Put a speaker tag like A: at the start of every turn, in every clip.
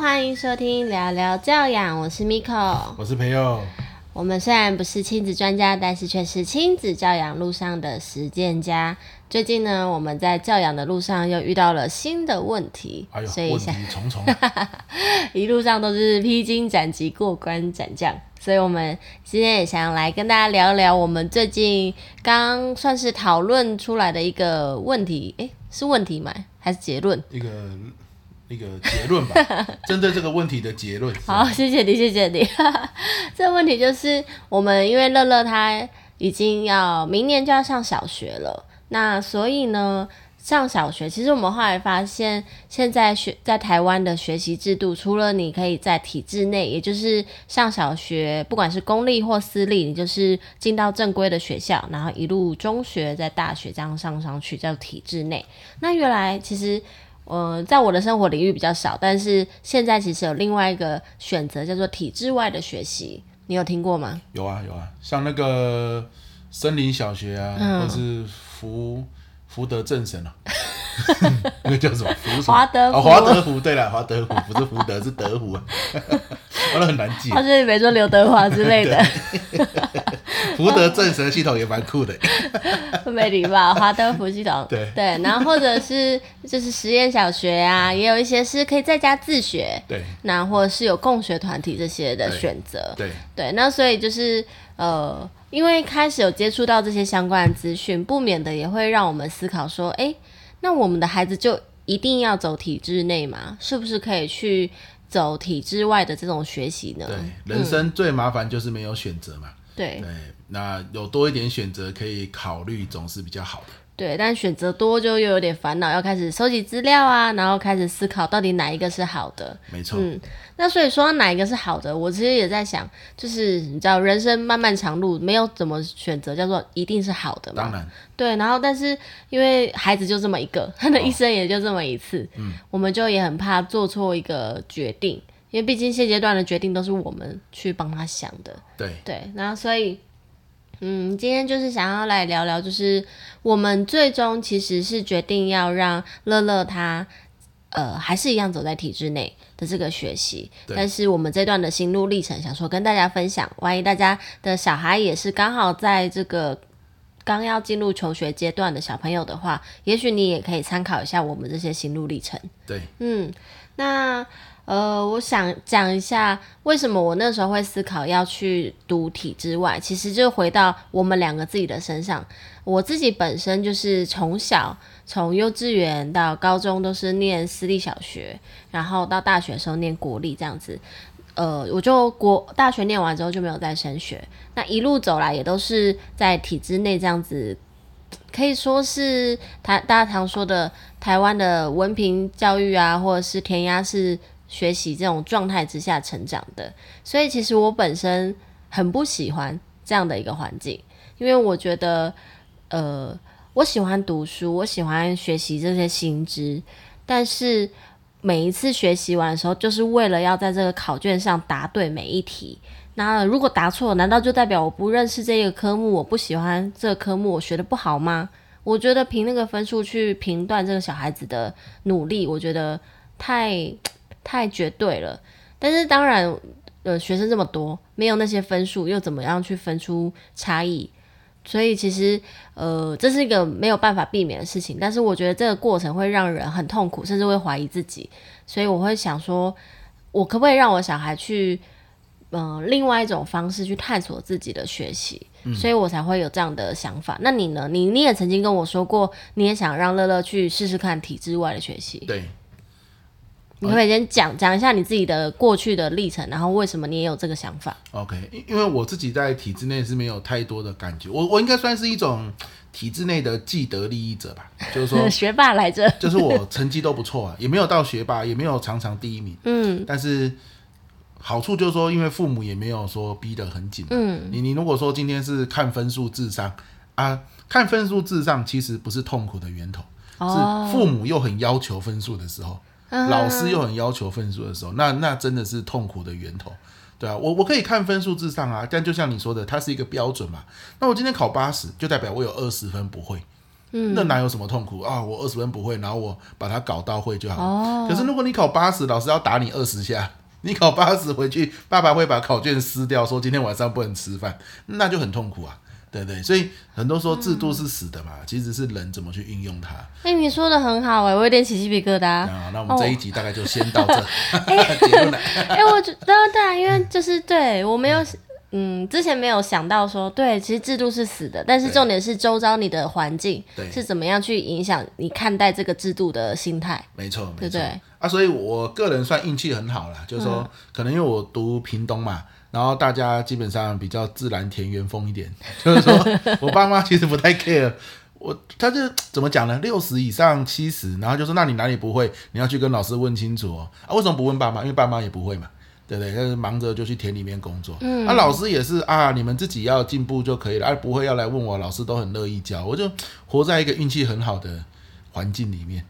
A: 欢迎收听聊聊教养，我是 Miko。
B: 我是培佑，
A: 我们虽然不是亲子专家，但是却是亲子教养路上的实践家。最近呢，我们在教养的路上又遇到了新的问题，
B: 哎呦，
A: 所以
B: 问
A: 想
B: 题重重，啊
A: 一路上都是披荆斩棘、过关斩将，所以我们今天也想来跟大家聊聊我们最近刚算是讨论出来的一个问题，诶，是问题吗？还是结论？
B: 一个一个结 论吧，针对这个问题的结论。
A: 好，谢谢你，谢谢你。 这个问题就是我们因为乐乐他已经要明年就要上小学了，那所以呢，上小学其实我们后来发现，现在学在台湾的学习制度，除了你可以在体制内，也就是上小学，不管是公立或私立，你就是进到正规的学校，然后一路中学在大学这样上上去，叫体制内。那原来其实呃，在我的生活领域比较少，但是现在其实有另外一个选择叫做体制外的学习，你有听过吗？
B: 有啊有啊，像那个森林小学啊，
A: 嗯
B: 或是福福德正神啊， 那个叫什么福什么
A: 华德福啊
B: 哦华德福，对了，华德福不是福德是德福啊， 完了很难记
A: 他。是比如说刘德华之类的，
B: 福德正神系统也蛮酷的，
A: 美礼吧，华德福系统，
B: 对
A: 然后或者是就是实验小学啊，也有一些是可以在家自学，
B: 对
A: 那或者是有共学团体这些的
B: 对
A: 选择，
B: 对，
A: 对，那所以就是呃，因为开始有接触到这些相关的资讯，不免的也会让我们思考说，诶，那我们的孩子就一定要走体制内吗？是不是可以去走体制外的这种学习呢？
B: 对，人生最麻烦就是没有选择嘛。
A: 对
B: 对，那有多一点选择可以考虑，总是比较好的。
A: 对，但选择多就又有点烦恼，要开始收集资料啊，然后开始思考到底哪一个是好的。
B: 没错，
A: 那所以说哪一个是好的，我其实也在想，就是你知道人生漫漫长路，没有怎么选择叫做一定是好的嘛。
B: 当然，
A: 对，然后但是因为孩子就这么一个，他的一生也就这么一次，我们就也很怕做错一个决定，因为毕竟现阶段的决定都是我们去帮他想的，
B: 对，
A: 对，然后所以，嗯，今天就是想要来聊聊，就是我们最终其实是决定要让乐乐他，呃，还是一样走在体制内的这个学习，
B: 对
A: 但是我们这段的心路历程，想说跟大家分享，万一大家的小孩也是刚好在这个。刚要进入求学阶段的小朋友的话，也许你也可以参考一下我们这些心路历程。
B: 对，
A: 嗯，那呃，我想讲一下为什么我那时候会思考要去读体制外，其实就回到我们两个自己的身上。我自己本身就是从小从幼稚园到高中都是念私立小学，然后到大学的时候念国立这样子。呃，我就国大学念完之后就没有再升学，那一路走来也都是在体制内这样子，可以说是台大家常说的台湾的文凭教育啊，或者是填鸭式学习这种状态之下成长的，所以其实我本身很不喜欢这样的一个环境，因为我觉得，呃，我喜欢读书，我喜欢学习这些新知，但是每一次学习完的时候，就是为了要在这个考卷上答对每一题。那如果答错，难道就代表我不认识这个科目，我不喜欢这个科目，我学的不好吗？我觉得凭那个分数去评断这个小孩子的努力，我觉得太太绝对了。但是当然，呃，学生这么多，没有那些分数，又怎么样去分出差异？所以其实，呃，这是一个没有办法避免的事情。但是我觉得这个过程会让人很痛苦，甚至会怀疑自己。所以我会想说，我可不可以让我小孩去，嗯、另外一种方式去探索自己的学习？所以我才会有这样的想法。那你呢？你你也曾经跟我说过，你也想让乐乐去试试看体制外的学习。
B: 对，
A: 你可不可以先讲讲一下你自己的过去的历程，然后为什么你也有这个想法？，
B: OK，因因为我自己在体制内是没有太多的感觉，我我应该算是一种体制内的既得利益者吧，就是 说
A: 学霸来着，
B: 就是我成绩都不错啊，也没有到学霸，也没有常常第一名，
A: 嗯，
B: 但是好处就是说，因为父母也没有说逼得很紧，
A: 嗯，
B: 你你如果说今天是看分数至上啊，看分数至上其实不是痛苦的源头，
A: 哦嗯
B: 是父母又很要求分数的时候，老师又很要求分数的时候，那那真的是痛苦的源头。对啊，我我可以看分数至上啊，但就像你说的，它是一个标准嘛。那我今天考八十，就代表我有二十分不会，那哪有什么痛苦啊？我二十分不会，然后我把它搞到会就好了。
A: 哦
B: 可是如果你考八十，老师要打你二十下， 你考八十回去，爸爸会把考卷撕掉，说今天晚上不能吃饭，那就很痛苦啊，对不对？所以很多说制度是死的嘛，其实是人怎么去运用它。
A: 哎、你说的很好哎、我有点起鸡皮 疙瘩。
B: 啊，那我们这一集大概就先到这， 结论了。
A: 哎、我觉得对啊，因为就是对我没有，嗯，之前没有想到说，对，其实制度是死的，但是
B: 对
A: 重点是周遭你的环境
B: 对
A: 是怎么样去影响你看待这个制度的心态。
B: 没错，
A: 对
B: 没
A: 不
B: 错
A: 对嗯
B: 啊，所以我个人算运气很好啦，就是说，可能因为我读屏东嘛，然后大家基本上比较自然田园风一点， 就是说我爸妈其实不太 care。我他就怎么讲呢？六十以上七十，然后就说那你哪里不会？你要去跟老师问清楚哦。啊，为什么不问爸妈？因为爸妈也不会嘛，对不对？但是忙着就去田里面工作。嗯，啊，老师也是啊，你们自己要进步就可以了，啊，不会要来问我，老师都很乐意教。我就活在一个运气很好的环境里面。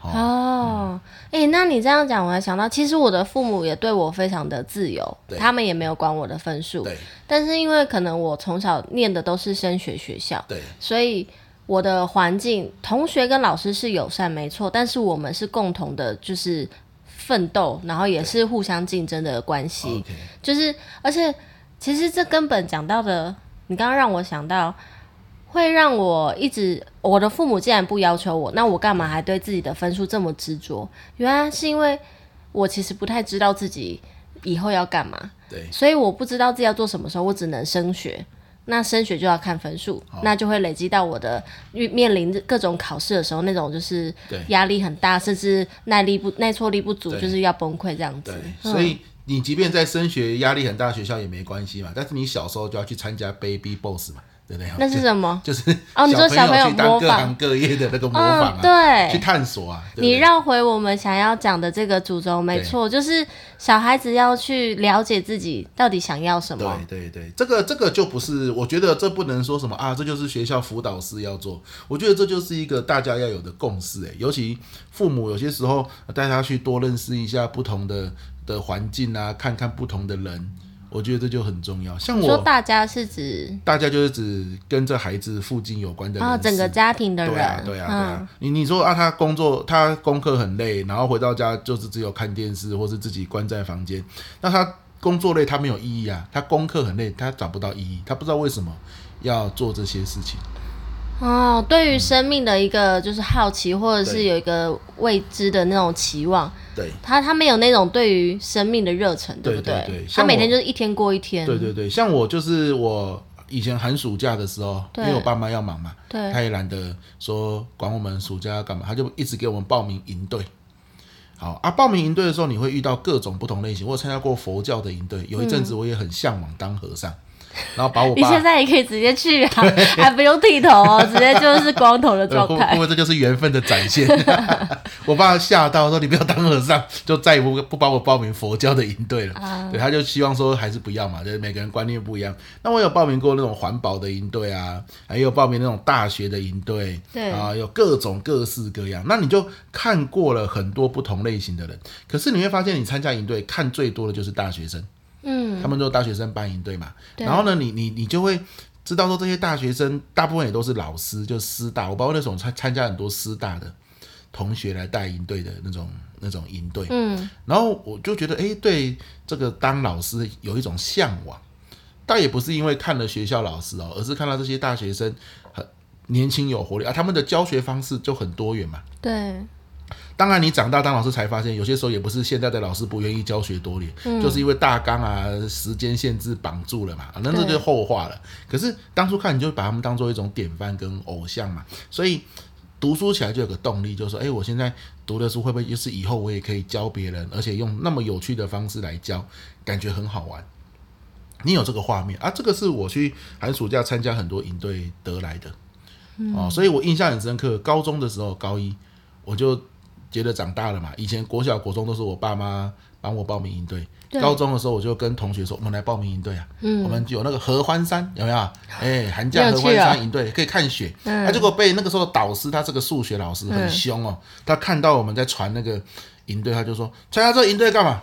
A: 哦，哎、那你这样讲，我还想到，其实我的父母也对我非常的自由，
B: 对
A: 他们也没有管我的分数。
B: 对
A: 但是因为可能我从小念的都是升学学校，
B: 对。
A: 所以我的环境，同学跟老师是友善没错，但是我们是共同的，就是奋斗，然后也是互相竞争的关系。
B: OK，
A: 就是，而且其实这根本讲到的，你刚刚让我想到，会让我一直，我的父母既然不要求我，那我干嘛还对自己的分数这么执着？原来是因为我其实不太知道自己以后要干嘛，
B: 对
A: 所以我不知道自己要做什么时候，我只能升学。那升学就要看分数，那就会累积到我的遇面临各种考试的时候，那种就是
B: 对
A: 压力很大，甚至耐力不耐挫力不足，
B: 对
A: 就是要崩溃这样子
B: 对。，所
A: 嗯
B: 以你即便在升学压力很大的学校也没关系嘛，但是你小时候就要去参加 Baby Boss 嘛，对不对？
A: 那是什么？
B: 就是
A: 哦你说小朋友
B: 去当
A: 模
B: 各
A: 仿
B: 行各业的那个模仿啊，
A: 嗯对
B: 去探索啊，对不对
A: 你绕回我们想要讲的这个主轴，没错，就是小孩子要去了解自己到底想要什么。
B: 对对对，这个这个就不是，我觉得这不能说什么啊，这就是学校辅导师要做。我觉得这就是一个大家要有的共识，诶，尤其父母有些时候呃带他去多认识一下不同的的环境啊，看看不同的人，我觉得这就很重要。像
A: 说
B: 我。
A: 大家是指
B: 大家就是指跟这孩子附近有关的人
A: 啊，
B: 士，
A: 整个家庭的人，嗯
B: 对啊，对啊，对啊。你你说啊，他工作他功课很累，然后回到家就是只有看电视或是自己关在房间，那他工作累他没有意义啊，他功课很累，他找不到意义，他不知道为什么要做这些事情。
A: 嗯哦，对于生命的一个就是好奇，或者是
B: 对
A: 有一个未知的那种期望，
B: 对，
A: 他他没有那种对于生命的热忱，
B: 对
A: 不
B: 对对
A: 他
B: 像
A: 每天
B: 我
A: 就是一天过一天，
B: 对对对，像我就是我以前寒暑假的时候，因
A: 对
B: 为我爸妈要忙嘛，
A: 对
B: 他也懒得说管我们暑假要干嘛，他就一直给我们报名营队。好啊，报名营队的时候，你会遇到各种不同类型。我有参加过佛教的营队，有一阵子我也很向往当和尚，然后 把我
A: 嗯你
B: 爸
A: 现在也可以直接去啊，还 不用剃头哦，直接就是光头的
B: 呃
A: 状
B: 会会
A: 态
B: 不。会这就是缘分的展现？ 我爸吓到说：“你不要当和尚，就再也不不帮我报名佛教的营队了。
A: 啊
B: 对，他就希望说还是不要嘛，就是每个人观念不一样。那我有报名过那种环保的营队啊，还有报名那种大学的营队，
A: 对
B: 啊，有各种各式各样。那你就看过了很多不同类型的人，可是你会发现，你参加营队看最多的就是大学生。
A: 嗯，
B: 他们都大学生办营队嘛，
A: 对
B: 然后呢，你你你就会知道说这些大学生大部分也都是老师，就师大，我包括那种参参加很多师大的同学来带营队的那种那种营队，
A: 嗯，
B: 然后我就觉得诶，对这个当老师有一种向往，倒也不是因为看了学校老师哦，而是看到这些大学生很年轻有活力啊，他们的教学方式就很多元嘛，
A: 对，
B: 当然，你长大当老师才发现，有些时候也不是现在的老师不愿意教学多年，就是因为大纲啊、时间限制绑住了嘛，啊那这
A: 对
B: 就后话了。可是当初看，你就把他们当做一种典范跟偶像嘛，所以读书起来就有个动力，就是说，哎，我现在读的书会不会就是以后我也可以教别人，而且用那么有趣的方式来教，感觉很好玩。你有这个画面啊？这个是我去寒暑假参加很多营队得来的，哦，所以我印象很深刻。高中的时候，高一我就觉得长大了嘛，以前国小、国中都是我爸妈帮我报名营队。
A: 对嗯
B: 高中的时候，我就跟同学说，我们来报名营队啊，我们有那个合欢山，有没有？哎、寒
A: 你
B: 假
A: 有
B: 合
A: 去
B: 欢
A: 啊
B: 山营队可以看雪。嗯、啊，结果被那个时候导师，他这个数学老师很凶哦，他看到我们在传那个营队，他就说参加这营队干哦嘛？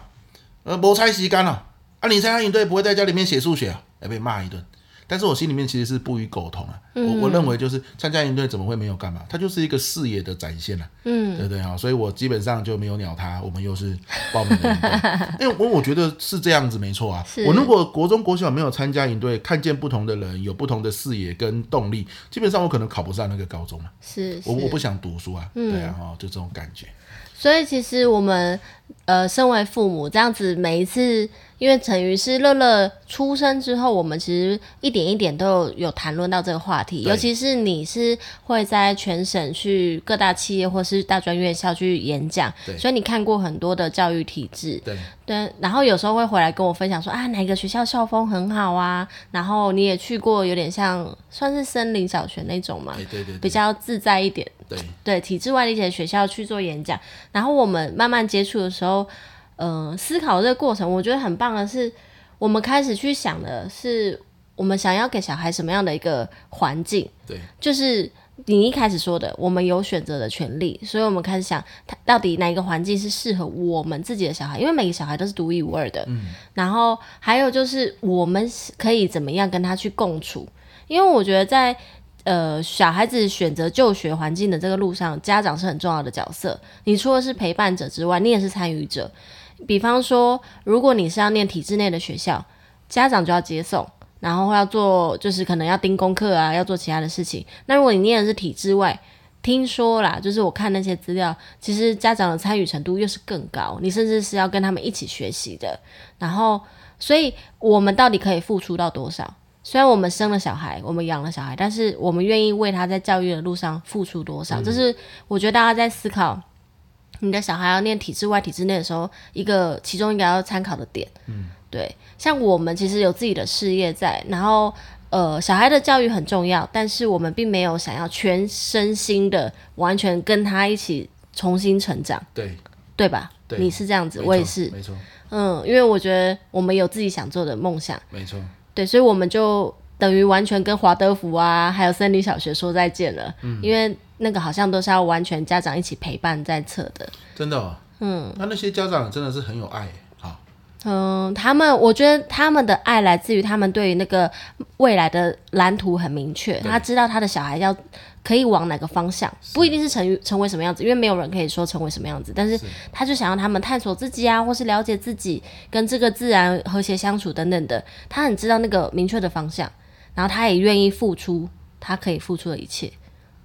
B: 呃，谋差洗干了啊！你参加营队不会在家里面写数学啊？哎，被骂一顿。但是我心里面其实是不予苟同啊。
A: 嗯
B: 我我认为就是参加营队怎么会没有干嘛？它就是一个视野的展现啊，
A: 嗯，
B: 对不对啊？所以我基本上就没有鸟他，我们又是报名的营 队，因为我我觉得是这样子没错啊
A: 是。
B: 我如果国中国小没有参加营队，看见不同的人，有不同的视野跟动力，基本上我可能考不上那个高中啊。
A: 是是嗯
B: 我我不想读书啊，对啊，哦，就这种感觉。
A: 所以其实我们呃，身为父母这样子，每一次因为陈于是乐乐出生之后，我们其实一点一点都有有谈论到这个话题，
B: 对
A: 尤其是你是会在全省去各大企业或是大专院校去演讲
B: 对，
A: 所以你看过很多的教育体制，
B: 对，
A: 对，然后有时候会回来跟我分享说啊，哪个学校校风很好啊，然后你也去过有点像算是森林小学那种嘛
B: 哎，，对对
A: 比
B: 对
A: 较自在一点。
B: 对，
A: 对体制外的一些学校去做演讲，然后我们慢慢接触的时候，呃，思考这个过程，我觉得很棒的是，我们开始去想的是，我们想要给小孩什么样的一个环境，
B: 对
A: 就是你一开始说的，我们有选择的权利，所以我们开始想，他到底哪一个环境是适合我们自己的小孩，因为每个小孩都是独一无二的。嗯、然后还有就是，我们是可以怎么样跟他去共处？因为我觉得在呃小孩子选择就学环境的这个路上，家长是很重要的角色。你除了是陪伴者之外，你也是参与者。比方说，如果你是要念体制内的学校，家长就要接送，然后要做就是可能要盯功课啊，要做其他的事情。那如果你念的是体制外，听说啦，就是我看那些资料，其实家长的参与程度又是更高，你甚至是要跟他们一起学习的。然后，所以我们到底可以付出到多少？虽然我们生了小孩，我们养了小孩，但是我们愿意为他在教育的路上付出多少？这是我觉得大家在思考你的小孩要念体制外、体制内的时候，一个其中一个要参考的点。嗯，对，像我们其实有自己的事业在，然后呃，小孩的教育很重要，但是我们并没有想要全身心的完全跟他一起重新成长，
B: 对，
A: 对吧？
B: 对
A: 你是这样子，我也是，
B: 没错，
A: 嗯，因为我觉得我们有自己想做的梦想，
B: 没错，
A: 对，所以我们就等于完全跟华德福啊，还有森林小学说再见了，
B: 嗯
A: 因为那个好像都是要完全家长一起陪伴在侧的。
B: 真的、哦。嗯，那那些家长真的是很有爱，好，
A: 嗯，他们我觉得他们的爱来自于他们对于那个未来的蓝图很明确，他知道他的小孩要可以往哪个方向，不一定是成于成为什么样子，因为没有人可以说成为什么样子，但是他就想让他们探索自己啊，或是了解自己，跟这个自然和谐相处等等的，他很知道那个明确的方向，然后他也愿意付出他可以付出的一切。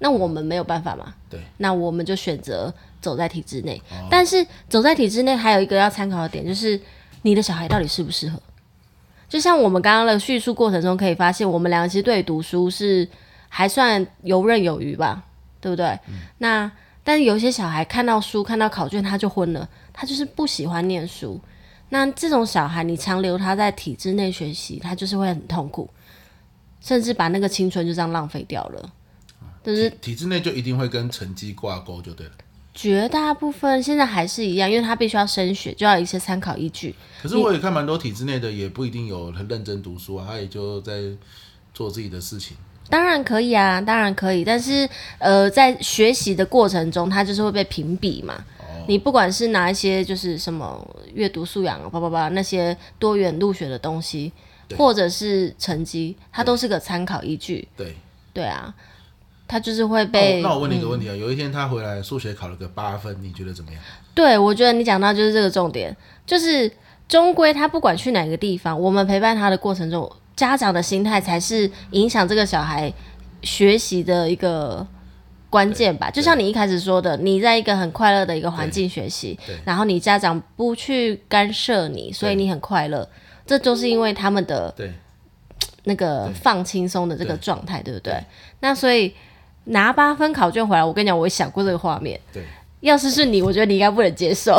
A: 那我们没有办法嘛？
B: 对，
A: 那我们就选择走在体制内。但是走在体制内还有一个要参考的点，就是你的小孩到底适不适合。就像我们刚刚的叙述过程中可以发现，我们两个其实对于读书是还算游刃有余吧，对不对？那但是有些小孩看到书、看到考卷他就昏了，他就是不喜欢念书。那这种小孩，你强留他在体制内学习，他就是会很痛苦，甚至把那个青春就这样浪费掉了。就是
B: 体体制内就一定会跟成绩挂钩，就对了。
A: 绝大部分现在还是一样，因为他必须要升学，就要有一些参考依据。
B: 可是我也看蛮多体制内的，也不一定有很认真读书啊，他也就在做自己的事情。
A: 当然可以啊，当然可以，但是呃，在学习的过程中，他就是会被评比嘛。
B: 哦
A: 你不管是拿一些就是什么阅读素养啊，叭叭叭那些多元入学的东西，或者是成绩，它都是个参考依据。
B: 对，
A: 对啊，他就是会
B: 那我
A: 被。
B: 那我问你一个问题啊，有一天他回来数学考了个八分，你觉得怎么样？
A: 对，我觉得你讲到就是这个重点，就是终归他不管去哪个地方，我们陪伴他的过程中，家长的心态才是影响这个小孩学习的一个关键吧。就像你一开始说的，你在一个很快乐的一个环境学习
B: 对对，
A: 然后你家长不去干涉你，所以你很快乐。这就是因为他们的
B: 对，
A: 那个放轻松的这个
B: 对
A: 状态，对不对
B: 对？
A: 那所以拿八分考卷回来，我跟你讲，我也想过这个画面。
B: 对，
A: 要是是你，我觉得你应该不能接 受，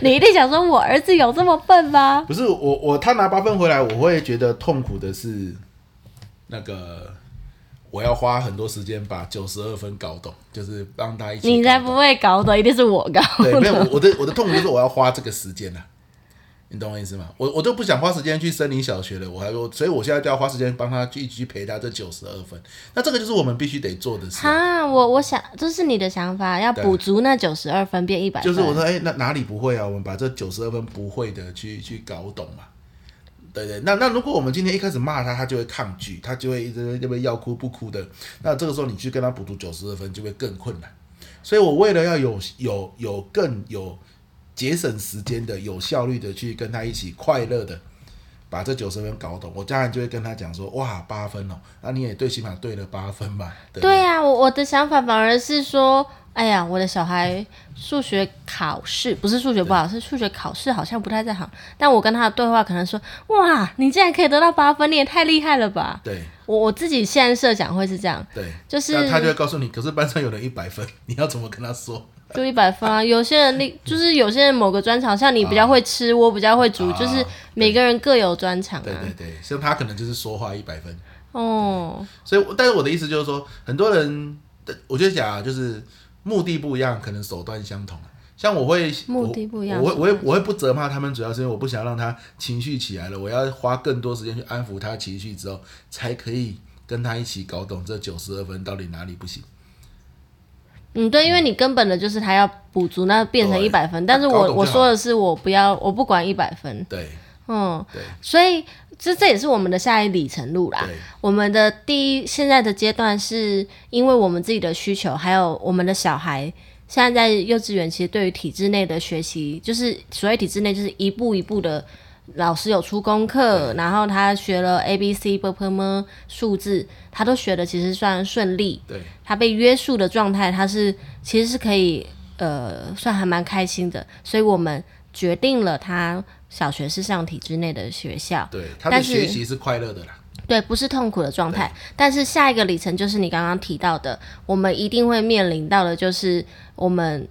A: 你一定想说，我儿子有这么笨吗？
B: 不是我我他拿八分回来，我会觉得痛苦的是那个。我要花很多时间把九十二分搞懂，就是让他一起搞懂。
A: 你才不会搞懂，一定是我搞
B: 对，
A: 懂
B: 没有我我的我的痛苦就是我要花这个时间啊，你懂我意思吗？我我就不想花时间去森林小学了，我还我所以我现在就要花时间帮他去一起去陪他这九十二分，那这个就是我们必须得做的事啊。
A: 哈，我我想这是你的想法，要
B: 对
A: 补足那九十二分变一百分，
B: 就是我说，哎、那哪里不会啊？我们把这九十二分不会的去去搞懂嘛。对对，那那如果我们今天一开始骂他，他就会抗拒，他就会一直就会要哭不哭的。那这个时候你去跟他补足九十二分，就会更困难。所以我为了要有有有更有节省时间的、有效率的去跟他一起快乐的把这九十分搞懂，我当然就会跟他讲说：哇，八分哦，那你也最起码对了八分嘛。对不对
A: 对啊呀、我我的想法反而是说，哎呀，我的小孩数学考试不是数学不好，是数学考试好像不太在行。但我跟他的对话可能说，哇，你竟然可以得到八分，你也太厉害了吧！
B: 对
A: 我我自己现在设想会是这样，
B: 对，
A: 就是
B: 那他就会告诉你，可是班上有人一百分， 你要怎么跟他说？
A: 就一百分啊。有些人那就是有些人某个专长，像你比较会吃，我比较会煮，
B: 啊
A: 就是每个人各有专长
B: 对
A: 啊。
B: 对对，像他可能就是说话一百分。
A: 哦，
B: 所以我，但是我的意思就是说，很多人，我就讲啊，就是目的不一样，可能手段相同。像我会
A: 目的不一样
B: 我我会我会我会不责骂他们，主要是因为我不想让他情绪起来了，我要花更多时间去安抚他情绪之后，才可以跟他一起搞懂这九十二分到底哪里不行。
A: 嗯，对，因为你根本的就是他要补足，那变成
B: 对
A: 一百分。但是
B: 搞
A: 我
B: 懂
A: 我
B: 就好
A: 说的是我不要，我不管一百分。
B: 对
A: 嗯，
B: 对
A: 所以这这也是我们的下一里程路啦。
B: 对
A: 我们的第一现在的阶段是因为我们自己的需求，还有我们的小孩现在在幼稚园，其实对于体制内的学习，就是所谓体制内，就是一步一步的。老师有出功课，然后他学了 A B C B P M 数字，他都学的其实算顺利。
B: 对
A: 他被约束的状态，他是其实是可以呃算还蛮开心的，所以我们决定了他小学是上体制内的学校，
B: 对，他的
A: 但是
B: 学习是快乐的啦。
A: 对，不是痛苦的状态。但是下一个里程就是你刚刚提到的，我们一定会面临到的就是我们。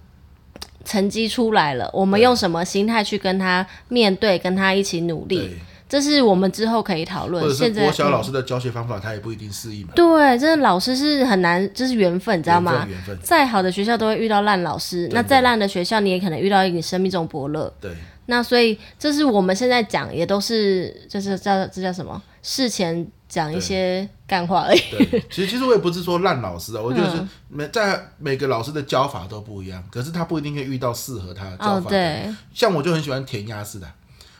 A: 成绩出来了，我们
B: 对
A: 用什么心态去跟他面对，跟他一起努力，
B: 对，
A: 这是我们之后可以讨
B: 或者
A: 论。
B: 是
A: 现在嗯
B: 国小老师的教学方法，他也不一定适应嘛，
A: 对，这老师是很难，这是缘分，你知道吗？
B: 缘分缘分
A: 再好的学校都会遇到烂老师，那再烂的学校你也可能遇到你生命中伯乐。
B: 对。
A: 那所以这是我们现在讲，也都是就是叫这叫什么？事前讲一些干话而已。
B: 对，其实其实我也不是说烂老师啊，我就是
A: 嗯
B: 每在每个老师的教法都不一样，可是他不一定可以遇到适合他的啊教
A: 哦，
B: 法。，
A: 对，
B: 像我就很喜欢填鸭式的，啊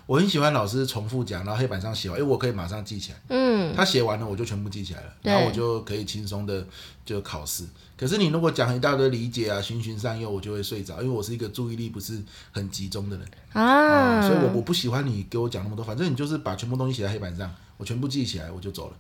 B: 我很喜欢老师重复讲，然后黑板上写完，哎，我可以马上记起来。
A: 嗯，
B: 他写完了，我就全部记起来了，
A: 对
B: 然后我就可以轻松的就考试。可是你如果讲一大堆理解啊，循循善诱，我就会睡着，因为我是一个注意力不是很集中的人
A: 啊，
B: 所以我我不喜欢你给我讲那么多，反正你就是把全部东西写在黑板上，我全部记起来，我就走了。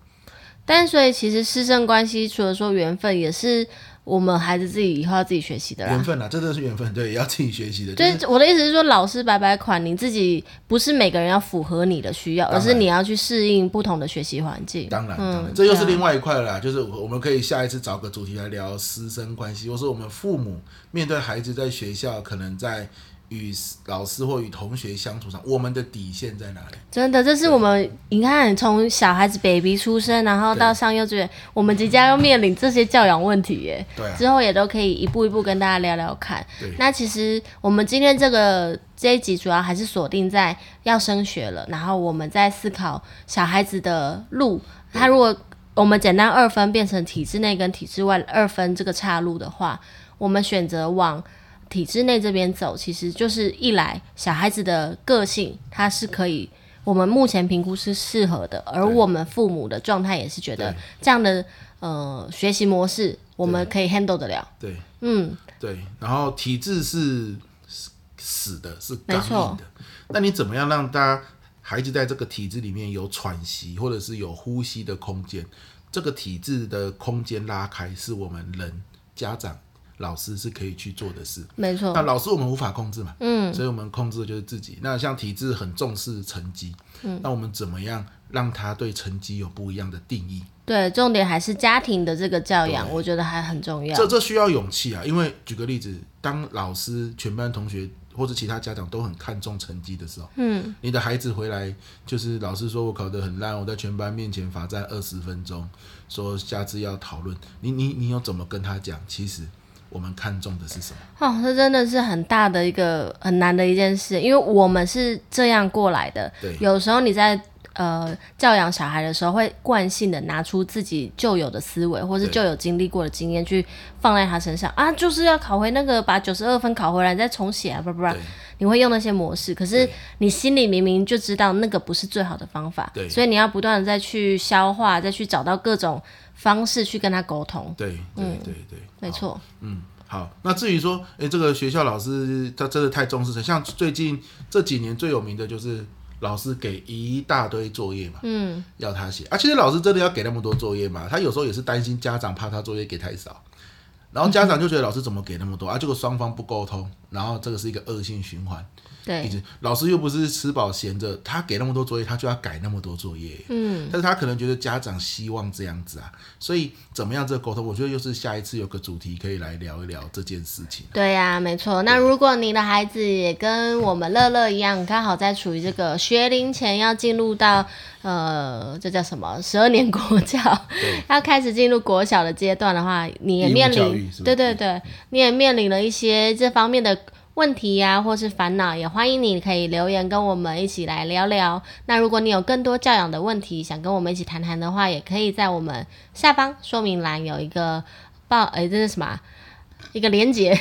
A: 但所以其实师生关系除了说缘分，也是我们孩子自己以后要自己学习的啦
B: 缘。分啊，这真的是缘分，对，也要自己学习的。就是
A: 就是我的意思是说，老师白白款，你自己不是每个人要符合你的需要，而是
B: 当然
A: 你要去适应不同的学习环境。
B: 当然，
A: 嗯
B: 当然，这又是
A: 对啊
B: 另外一块了啦。就是我们可以下一次找个主题来聊师生关系，或是我们父母面对孩子在学校，可能在与老师或与同学相处上，我们的底线在哪里？
A: 真的，这是我们你看，从小孩子 baby 出生，然后到上幼稚园，我们即将要面临这些教养问题耶。
B: 对啊，
A: 之后也都可以一步一步跟大家聊聊看
B: 对。
A: 那其实我们今天这个这一集主要还是锁定在要升学了，然后我们在思考小孩子的路。他如果我们简单二分变成体制内跟体制外二分这个岔路的话，我们选择往体制内这边走，其实就是一来小孩子的个性他是可以。我们目前评估是适合的，而我们父母的状态也是觉得
B: 对
A: 这样的呃学习模式，我们可以 handle 得了。
B: 对
A: 嗯，
B: 对。然后体制是死死的，是
A: 没
B: 刚硬
A: 错
B: 的。那你怎么样让大家孩子在这个体制里面有喘息，或者是有呼吸的空间？这个体制的空间拉开，是我们人、家长、老师是可以去做的事。
A: 没错
B: 那，老师我们无法控制嘛，
A: 嗯，
B: 所以我们控制的就是自己。那像体制很重视成绩，嗯，那我们怎么样让他对成绩有不一样的定义？
A: 对，重点还是家庭的这个教养，
B: 对
A: 我觉得还很重要
B: 这。这需要勇气啊，因为举个例子，当老师、全班同学或者其他家长都很看重成绩的时候，
A: 嗯，
B: 你的孩子回来就是老师说我考得很烂，我在全班面前罚站二十分钟，说下次要讨论，你你你有怎么跟他讲？其实我们看重的是什么？
A: 哦，这真的是很大的一个很难的一件事，因为我们是这样过来的
B: 对。
A: 有时候你在呃教养小孩的时候，会惯性的拿出自己旧有的思维，或是
B: 对
A: 旧有经历过的经验去放在他身上啊，就是要考回那个，把九十二分考回来，你再重写啊，不不不
B: 对，
A: 你会用那些模式，可是
B: 对
A: 你心里明明就知道那个不是最好的方法，
B: 对
A: 所以你要不断的再去消化，再去找到各种方式去跟他沟通，
B: 对对对嗯对，
A: 没
B: 好，
A: 错，
B: 嗯，好。那至于说，哎，这个学校老师他真的太重视了，像最近这几年最有名的就是老师给一大堆作业嘛，
A: 嗯，
B: 要他写啊。其实老师真的要给那么多作业嘛，他有时候也是担心家长怕他作业给太少，然后家长就觉得老师怎么给那么多啊？结果双方不沟通，然后这个是一个恶性循环。一
A: 对，
B: 直老师又不是吃饱闲着，他给那么多作业，他就要改那么多作业。
A: 嗯，
B: 但是他可能觉得家长希望这样子啊，所以怎么样这个沟通，我觉得又是下一次有个主题可以来聊一聊这件事情。
A: 对呀、没错。那如果你的孩子也跟我们乐乐一样，刚好在处于这个学龄前要进入到呃，这叫什么？十二年国教
B: 对，
A: 要开始进入国小的阶段的话，你也
B: 义务
A: 面
B: 教育
A: 临
B: 是，不是
A: 对对对，你也面临了一些这方面的。问题呀、或是烦恼，也欢迎你可以留言跟我们一起来聊聊。那如果你有更多教养的问题，想跟我们一起谈谈的话，也可以在我们下方说明栏有一个报，诶，这是什么啊、一个连接，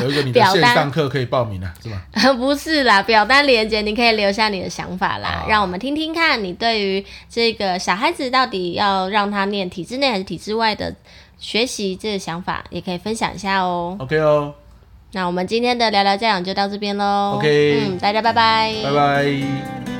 B: 有有一个你的
A: 表单
B: 线上课可以报名啊，是吧？
A: 不是啦，表单连接你可以留下你的想法啦，
B: 哦
A: 让我们听听看你对于这个小孩子到底要让他念体制内还是体制外的学习这个想法，也可以分享一下哦。
B: OK 哦，
A: 那我们今天的聊聊教养就到这边喽
B: OK
A: 嗯，大家拜拜，
B: 拜拜。